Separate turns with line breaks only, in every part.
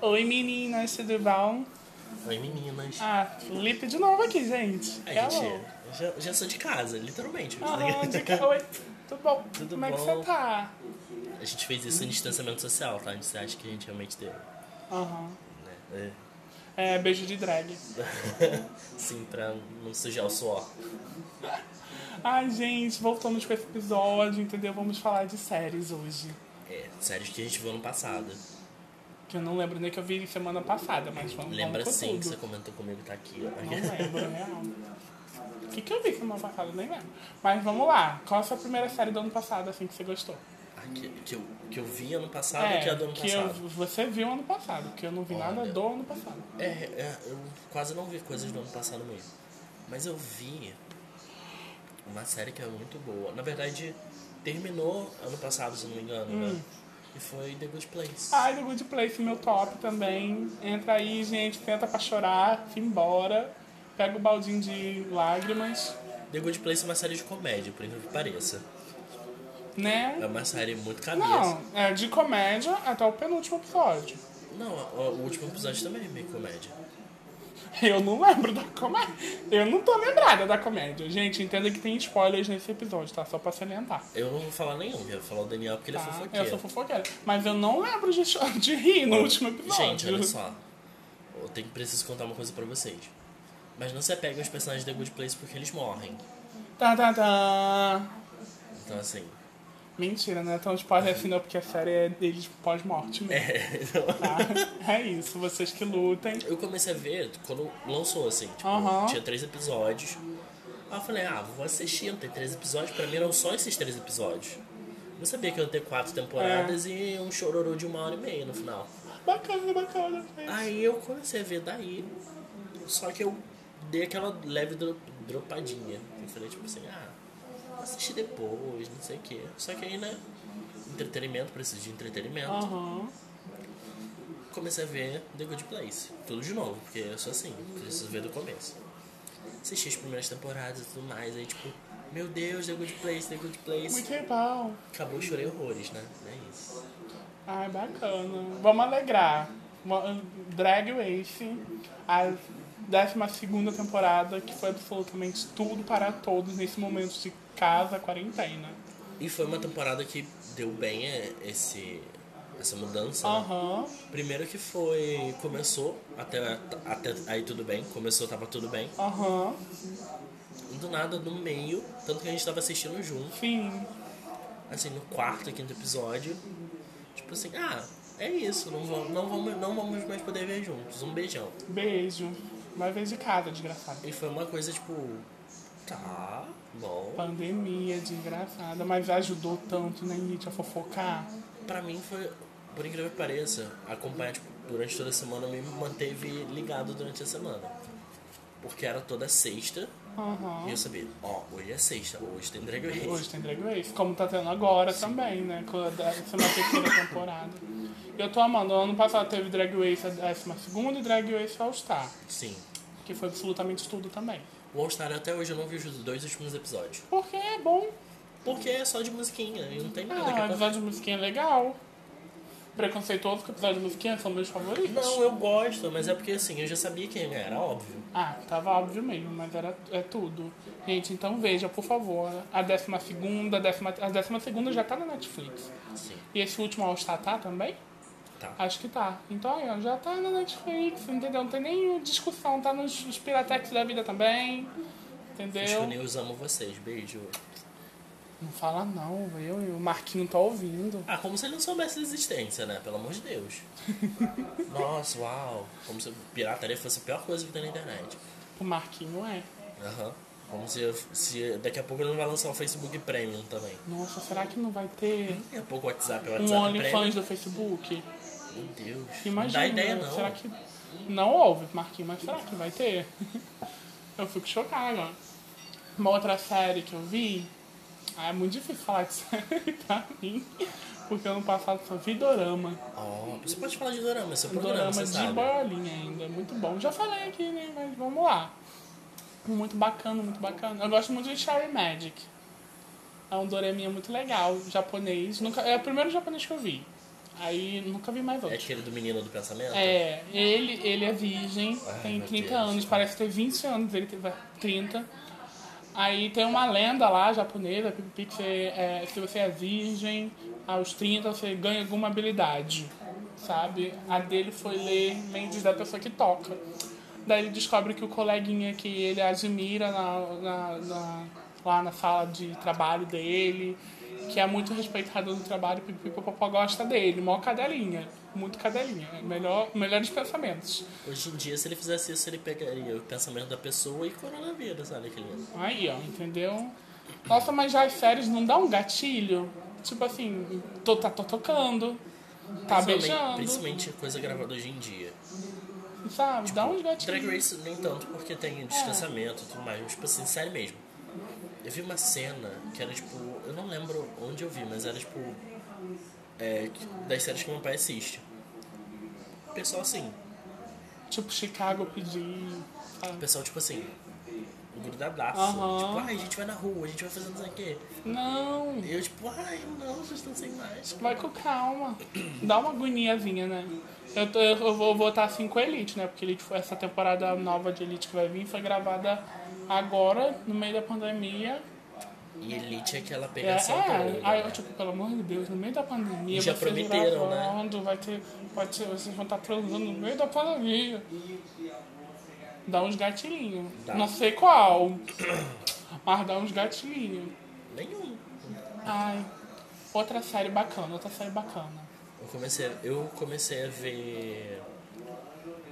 Oi meninas, tudo bom?
Oi, meninas.
Ah, Felipe de novo aqui, gente. Tá
a
Hello.
É, gente, eu já, eu já sou de casa, literalmente.
Aham, Ah, de ca- Oi, tudo bom?
Tudo
Como é que
bom?
você tá?
A gente fez isso em distanciamento social, tá? A gente acha que a gente realmente deu.
Aham.
Né?
É, beijo de drag.
É. Sim, pra não sujar o suor.
Ai, gente, voltamos com esse episódio, entendeu? Vamos falar de séries hoje.
É, séries que a gente viu ano passado.
Que eu não lembro nem que eu vi semana passada, mas vamos
Lembra
vamos com
sim que
tudo.
você comentou comigo, tá aqui.
Não lembro, real. O que, que eu vi semana passada? Eu Nem lembro. Mas vamos lá. Qual a sua primeira série do ano passado, assim, que você gostou?
Ah, que, que, eu, que eu vi ano passado e que é do ano
que eu-
passado.
você viu ano passado, que eu não vi nada
Olha.
do ano passado.
É, é, eu quase não vi coisas do ano passado mesmo. Mas eu vi uma série que é muito boa. Na verdade, terminou ano passado, se não me engano,
Hum.
né? E foi The Good Place.
Ai, The Good Place, meu top também. Entra aí, gente, tenta pra chorar, se embora. Pega o baldinho de lágrimas,
The Good Place é uma série de comédia, por incrível que pareça. É
né?
uma série muito
Não,
cabeça.
é de comédia até o penúltimo episódio.
Não, o, o último episódio também é meio comédia.
Eu não lembro da comédia. Eu não tô lembrada da comédia. Gente, entenda que tem spoilers nesse episódio, tá? Só pra salientar.
Eu não vou falar nenhum, eu vou falar o Daniel porque ele é
tá?
fofoqueiro.
Eu sou fofoqueira. Mas eu não lembro de, cho- de rir no último episódio.
Gente, olha só. Eu tenho, preciso contar uma coisa pra vocês. Mas não se apeguem aos personagens de The Good Place porque eles morrem.
Tá, tá, tá.
Então, assim.
Mentira, não é tão spoiler assim não, porque a série é deles pós-morte mesmo.
É, então,
tá? É isso, vocês que lutem.
eu comecei a ver quando lançou, assim. Tipo,
Aham.
tinha três episódios. Aí eu falei, ah, vou assistindo, tem três episódios. Pra mim eram só esses três episódios. Não sabia que eu ia ter quatro temporadas e um chororô de uma hora e meia no final.
Bacana, bacana. gente.
Aí eu comecei a ver daí, só que eu dei aquela leve dro- dropadinha. Eu falei tipo assim, ah, vou assistir depois, não sei o quê. Só que aí, né, entretenimento, preciso de entretenimento.
Aham.
Comecei a ver The Good Place, tudo de novo, porque eu sou assim, preciso ver do começo. Assisti as primeiras temporadas e tudo mais, aí tipo, meu Deus, The Good Place, The Good Place.
Muito bom.
Acabou, chorei horrores, né? É isso.
Ai, bacana. Vamos alegrar. Mo- Drag Race, a 12 temporada, que foi absolutamente tudo para todos nesse momento de casa, quarentena.
E foi uma temporada que deu bem é, esse, essa mudança, né?
Aham.
Primeiro que foi. Começou, até, até aí tudo bem, começou, tava tudo bem.
Aham.
Do nada, no meio, tanto que a gente tava assistindo junto,
Sim.
assim, no quarto, quinto episódio. Tipo assim, ah, é isso, não, vamos, não, vamos, não vamos mais poder ver juntos, um beijão.
Beijo. Vai ver de casa, desgraçado.
E foi uma coisa tipo. Tá, bom.
Pandemia, desgraçada, mas ajudou tanto, né, Nietzsche, a fofocar.
Pra mim foi, por incrível que pareça, acompanhar tipo, durante toda a semana me manteve ligado durante a semana. Porque era toda sexta,
Aham.
E eu sabia, ó, hoje é sexta, hoje tem Drag Race.
Hoje tem Drag Race, como tá tendo agora também, né? Com a décima terceira temporada. Eu tô amando, ano passado teve Drag Race a décima segunda e Drag Race All Star,
Sim.
que foi absolutamente tudo também.
O All Star até hoje eu não vi os dois últimos episódios.
Porque é bom,
Porque é só de musiquinha, e não tem nada que tá
ah,
aconteça.
episódio de musiquinha é legal. Preconceituoso que episódio de musiquinha são meus favoritos.
Não, eu gosto, mas é porque assim, eu já sabia quem era, óbvio.
Ah, tava óbvio mesmo, mas era, é tudo. Gente, então veja, por favor, a décima segunda, a décima, a décima segunda já tá na Netflix.
Sim.
E esse último All Star tá também?
Tá.
Acho que tá. Então aí, ó, já tá na Netflix, entendeu? Não tem nem discussão, tá nos, nos Piratex da vida também.
Os
Entendeu?
Funeus amo vocês, beijo.
Não fala não, eu e o Marquinho tá ouvindo.
Ah, como se ele não soubesse da existência, né? Pelo amor de Deus. Nossa, uau. Como se pirataria fosse a pior coisa que tem na internet.
O Marquinho é.
Aham. Como se, se daqui a pouco ele não vai lançar o Facebook Premium também.
Nossa, será que não vai ter
Daqui a pouco o WhatsApp é o
um
WhatsApp Premium.
OnlyFans do Facebook?
Meu Deus. não
Imagina.
dá ideia não.
Será que. Não houve, Marquinhos, mas será que vai ter? Eu fico chocada. Uma outra série que eu vi. Ah, é muito difícil falar de série pra mim. Porque ano passado só vi Dorama.
Ó, você pode falar de dorama, é seu programa,
Dorama
você
de
sabe.
boiolinha ainda. é Muito bom. Já falei aqui, né? Mas vamos lá. Muito bacana, muito bacana. Eu gosto muito de Cherry Magic. É um doraminha muito legal, japonês. Nunca, é o primeiro japonês que eu vi. Aí nunca vi mais
É
outro.
aquele do menino do pensamento?
É, ele, ele é virgem,
Ai,
tem
meu
30
Deus.
anos, parece ter 20 anos, ele teve 30. Aí tem uma lenda lá, japonesa, pipipi, que você, é, se você é virgem, aos 30 você ganha alguma habilidade, sabe? A dele foi ler mentes da pessoa que toca. Daí ele descobre que o coleguinha que ele admira na- na- na- lá na sala de trabalho dele, que é muito respeitado no trabalho, pipipi, popopó gosta dele, mó cadelinha, muito cadelinha, melhor, melhores pensamentos.
Hoje em dia, se ele fizesse isso, ele pegaria o pensamento da pessoa e coronavírus, olha que lindo.
Aí, ó, entendeu? Nossa, mas já as séries não dá um gatilho? Tipo assim, tô, tá, tô tocando, tá
Principalmente-
beijando,
Principalmente coisa gravada hoje em dia.
sabe?
tipo,
Dá uns
Drag
gatilhos.
Race nem tanto, porque
É.
tem distanciamento e tudo mais, mas tipo assim, sério mesmo. Eu vi uma cena que era tipo, eu não lembro onde eu vi, mas era tipo, é, das séries que meu pai assiste. O pessoal assim,
Tipo, Chicago pediu.
o
sabe?
pessoal tipo assim, grudadaço.
Ah. Aham.
Tipo, ai, a gente vai na rua, a gente vai fazer não sei o quê.
Não,
E eu tipo, ai, não, vocês estão sem máscara.
vai com calma. Dá uma agoniazinha, né? Eu, tô- eu, eu vou votar assim com Elite, né? Porque Elite foi essa temporada nova de Elite que vai vir, foi gravada agora, no meio da pandemia.
E Elite é aquela
É,
pegação
é.
toda,
aí
né?
eu, tipo, pelo amor de Deus, no meio da pandemia,
E já
vocês
prometeram, né?
gravando, vai ter, pode ser, vocês vão estar transando no meio da pandemia. Dá uns gatilhinhos.
Dá.
Não sei qual, mas dá uns gatilhinhos.
Nenhum.
Ai, outra série bacana, outra série bacana.
Eu comecei, a- eu comecei a ver.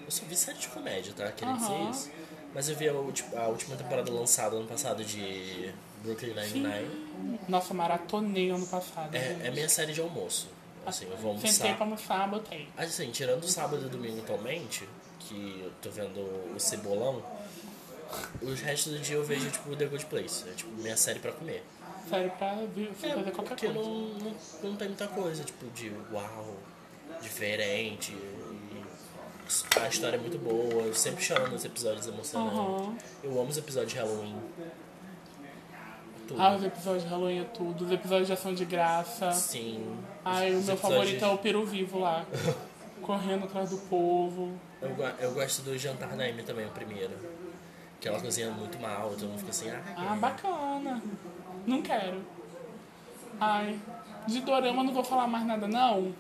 Eu só vi série de comédia, tá? Queria dizer
Aham.
isso. Mas eu vi a, ulti- a última temporada lançada ano passado de Brooklyn Nine-Nine.
Nossa, maratonei ano passado.
É, é minha série de almoço. Assim, eu vou
Sentei pra
almoçar.
almoçar, botei.
Assim, tirando sábado e domingo atualmente, que eu tô vendo o Cebolão, os restos do dia eu vejo, tipo, The Good Place. É, tipo, minha série pra comer.
Série pra vir, fazer qualquer
É, Porque
coisa.
não, não, não tem muita coisa, tipo, de uau, diferente. e A história é muito boa, eu sempre choro nos episódios emocionantes.
Aham.
Eu amo os episódios de Halloween. Tudo.
Ah, os episódios de Halloween é tudo, os episódios de ação de graça.
Sim.
Ai, o
Os
meu
episódios-
favorito é o peru vivo lá. correndo atrás do povo.
Eu, go- eu gosto do Jantar da Amy também, o primeiro. Que ela cozinha muito mal, todo mundo fica assim, ah,
Ah, bacana. Não quero. Ai. De dorama não vou falar mais nada não,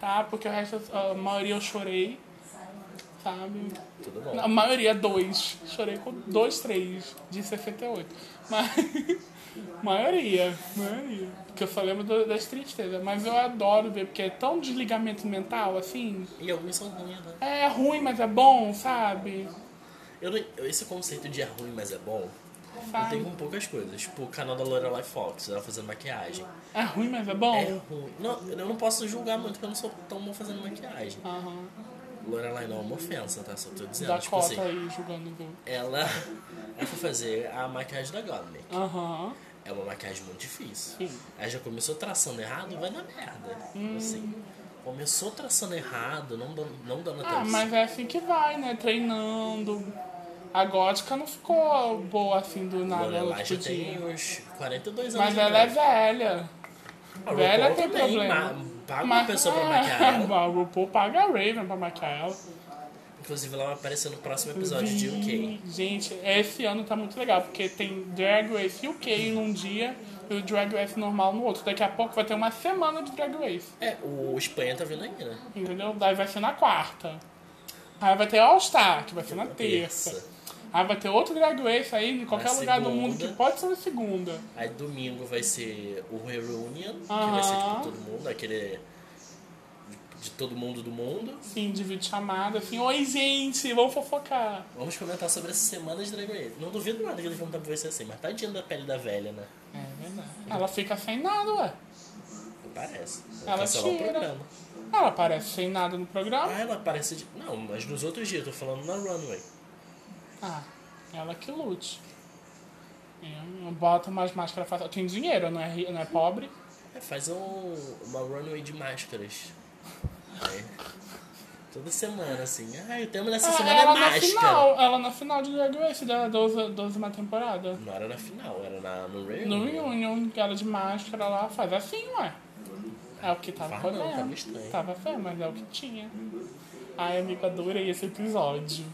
tá? Porque o resto, a maioria eu chorei, sabe?
tudo bom.
A maioria, dois. Chorei com dois, três, de 68. Mas. maioria, maioria. Porque eu só lembro do- das tristezas. Mas eu adoro ver, porque é tão desligamento mental, assim.
E alguns são ruins, né?
É ruim, mas é bom, sabe?
Eu não- eu- esse conceito de é ruim, mas é bom, eu
Sabe?
tenho com poucas coisas. Tipo, o canal da Lorelai Fox, ela fazendo maquiagem.
É ruim, mas é bom?
É ruim. Não, eu não posso julgar muito porque eu não sou tão bom fazendo maquiagem.
Aham.
Lorelai não é uma ofensa, tá? Só tô dizendo.
Da
tipo
cota
assim,
aí jogando gol.
ela, ela foi fazer a maquiagem da Gottmik.
Aham.
É uma maquiagem muito difícil.
Sim.
Aí já começou traçando errado, vai na merda. Assim, começou traçando errado, não dando, não dando
Hum. Ah,
atenção.
mas é assim que vai, né? Treinando. A gótica não ficou boa assim do nada. Ela
Lorelai já
outro
tem
dia.
uns 42 anos.
Mas
de
ela é
idade.
velha.
A RuPaul
velha né? tem
também
problema.
ma- Paga uma pessoa
é.
pra maquiar ela.
A RuPaul paga a Raven pra maquiar ela.
Inclusive, ela vai aparecer no próximo episódio de UK.
Gente, esse ano tá muito legal, porque tem Drag Race UK num dia e o Drag Race normal no outro. Daqui a pouco vai ter uma semana de Drag Race,
É, o Espanha tá vindo ainda.
entendeu? Daí vai ser na quarta. Aí vai ter All Star, que vai ser na terça. Aí vai ter outro Drag Race aí em qualquer
Na
lugar do mundo,
segunda.
que pode ser na segunda.
Aí domingo vai ser o Reunion, que
Aham.
vai ser tipo todo mundo, aquele. de todo mundo do mundo.
Sim, de vídeo chamada, assim, oi gente, vamos fofocar.
Vamos comentar sobre essa semana de Drag Race. Não duvido nada que eles vão estar vai ser assim, mas tadinho da pele da velha, né?
É verdade. Ela fica sem nada, ué.
Parece.
Ela
Cancelar o
Ah, tira.
programa.
Ela aparece sem nada no programa.
Ah, ela parece de. Não, mas nos outros dias, eu tô falando na runway.
Ah, ela que lute. Eu boto umas máscaras fácil. Eu tenho dinheiro, eu não é, ri- eu não é pobre.
É, faz um, uma runway de máscaras. É. Toda semana, assim. Ah, o tema dessa
Ah,
semana é
ela na
máscara.
final, ela na final de Drag Race da 12, 12 temporada.
Não
um,
era na final, era na, no Reunion.
No Reunion, que ela de máscara lá, faz assim, ué. É o que tava
Far não,
podendo.
tava estranho.
Tava feio, mas é o que tinha. Ai, amigo, adorei esse episódio.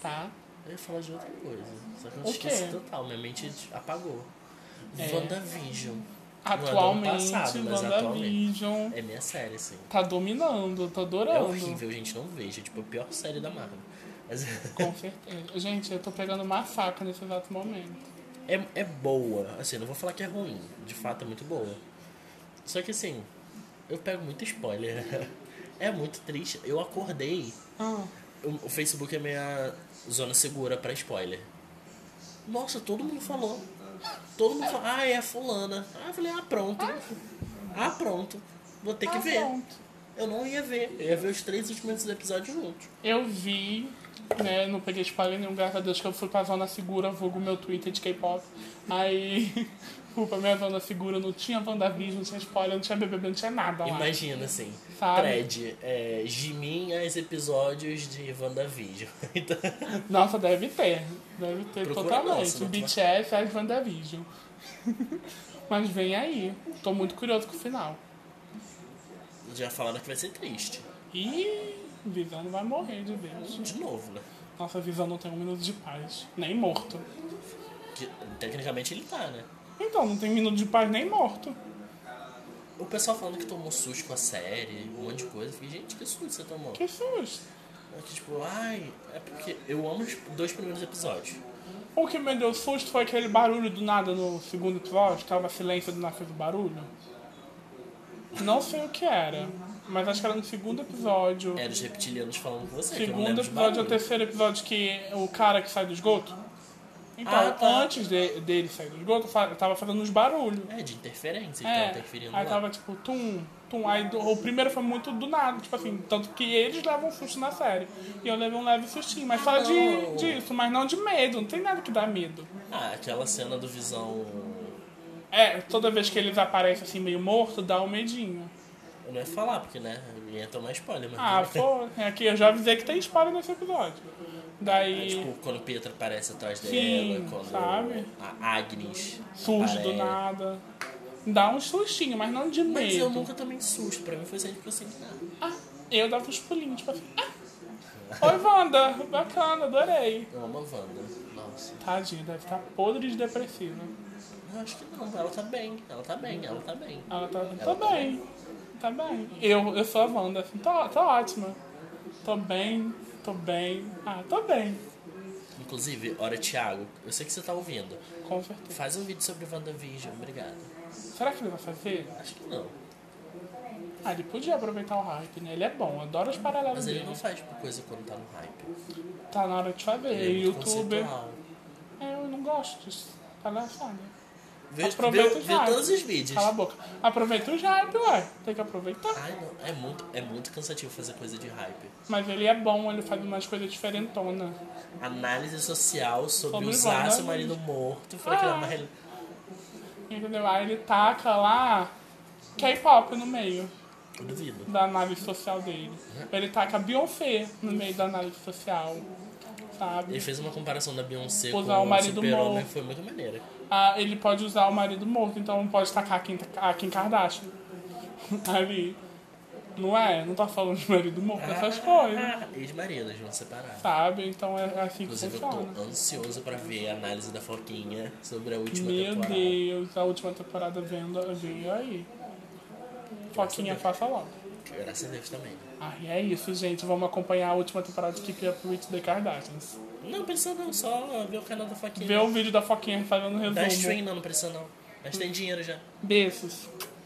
Tá?
Eu ia falar de outra coisa. Só que eu
O
esqueci
quê?
total. Minha mente apagou.
É.
WandaVision.
Atualmente,
passado, mas
WandaVision
É minha série, assim.
tá dominando, tô adorando.
É horrível, gente. Não vejo. Tipo, a pior série da Marvel. Mas é,
Com certeza. Gente, eu tô pegando uma faca nesse exato momento.
é, é boa. Assim, não vou falar que é ruim. De fato, é muito boa. Só que, assim, eu pego muito spoiler. É muito triste. Eu acordei
Ah,
O, o Facebook é minha zona segura pra spoiler. Nossa, todo mundo falou. Todo mundo falou, ah, é a fulana. Ah, eu falei, ah, pronto. Ah, pronto. Vou ter que
ah,
ver.
pronto.
Eu não ia ver. Eu ia ver os três últimos episódios juntos.
Eu vi, né? Não peguei spoiler nenhum, graças a Deus que eu fui pra zona segura, vulgo meu Twitter de K-pop. Aí, fui pra minha zona segura, não tinha WandaVision, não tinha spoiler, não tinha BBB, não tinha nada lá.
Imagina, assim,
Sabe?
Fred, é, as episódios de WandaVision. Então,
Nossa, deve ter. Deve ter
Procura
totalmente.
nossa, né?
BTS as WandaVision. é Mas vem aí. Tô muito curioso com o final.
já falaram que vai ser triste.
Ih, Visão não vai morrer de vez.
De novo, né?
Nossa, Visão não tem um minuto de paz. Nem morto.
Que, tecnicamente ele tá, né?
Então, não tem minuto de paz nem morto.
O pessoal falando que tomou susto com a série, um monte de coisa. Eu fiquei, gente, que susto você tomou?
Que susto.
É que, tipo, ai, é porque eu amo os dois primeiros episódios.
O que me deu susto foi aquele barulho do nada no segundo episódio. Tava silêncio do nada fez o barulho. Não sei o que era. Mas acho que era no segundo episódio.
Era os reptilianos falando com você. que É, eu não
Segundo
lembro de
episódio ou
barulho.
terceiro episódio que o cara que sai do esgoto. Então,
Ah, tá.
antes de- dele sair do esgoto, fa- tava fazendo uns barulhos.
É, de interferência, que
É,
tava interferindo
aí
lá.
tava tipo, tum, tum. Aí do- o primeiro foi muito do nada, tipo assim, tanto que eles levam um susto na série. E eu levei um leve sustinho, mas fala de,
Não.
disso, mas não de medo, não tem nada que dá medo.
Ah, aquela cena do Visão...
É, toda vez que eles aparecem assim meio morto, dá um medinho.
Eu não ia falar, porque, né, eu ia tomar spoiler, mas...
Ah, pô, é aqui eu já avisei que tem spoiler nesse episódio.
É,
Daí
tipo, quando Pietra aparece atrás dela,
Sim,
quando
sabe?
a Agnes
surge do
aparece.
nada. Dá um sustinho, mas não de medo.
Mas eu nunca tomei susto, pra mim foi sempre que eu senti nada.
Ah, eu dava uns pulinhos, tipo assim. Ah. Oi, Wanda! Bacana, adorei.
Eu amo a Wanda, nossa.
Tadinha, deve estar podre de depressiva.
Eu acho que não, ela tá bem, ela tá bem, ela tá bem.
Ela tá, tá bem, tá bem. Eu, eu sou a Wanda, assim, tá, tá ótima. Tô bem, tô bem. Ah, tô bem,
Inclusive, ora, Thiago, eu sei que você tá ouvindo.
com certeza.
Faz um vídeo sobre WandaVision, obrigado.
Será que ele vai fazer?
Acho que não.
Ah, ele podia aproveitar o hype, né? Ele é bom, adoro os paralelos
Mas ele não
dele.
faz tipo, coisa quando tá no hype.
Tá na hora de fazer.
Ele é muito
Youtuber.
conceitual.
É, eu não gosto disso. Tá lançando.
Vê,
Aproveita
vê,
e
vê
vai.
todos os vídeos.
Cala a boca. Aproveita o hype, ué. Tem que aproveitar.
Ai, não. É muito, é muito cansativo fazer coisa de hype.
Mas ele é bom, ele faz umas coisas diferentonas.
Análise social sobre,
Sobre
usar
várias
seu marido morto. Foi aquela
Ah.
reali-
Entendeu? Aí ele taca lá K-pop no meio
Eu duvido.
da análise social dele. Ele taca Beyoncé no meio da análise social.
Ele
Sabe?
fez uma comparação da Beyoncé
Usar o
com o
marido
super-homem,
morto.
foi muito maneira.
Ah, ele pode usar o marido morto, então não pode tacar a Kim, a Kim Kardashian. Ali. Não é? Não tá falando de marido morto,
É.
essas coisas.
Ah, Ex-marido, eles vão separar.
Sabe? Então é assim que
Inclusive, eu
funciona.
tô ansioso pra ver a análise da Foquinha sobre a última
Meu
temporada.
Deus, a última temporada vendo, veio aí. Foquinha, faça logo.
Graças a Deus também.
Ah, e é isso, gente. Vamos acompanhar a última temporada de Keep Up with the Kardashians.
Não, precisa não, só ver o canal da Tá Foquinha.
Vê o vídeo da Foquinha fazendo
Dá
resumo.
stream, não, não precisa não. Mas tem dinheiro já.
Beijos.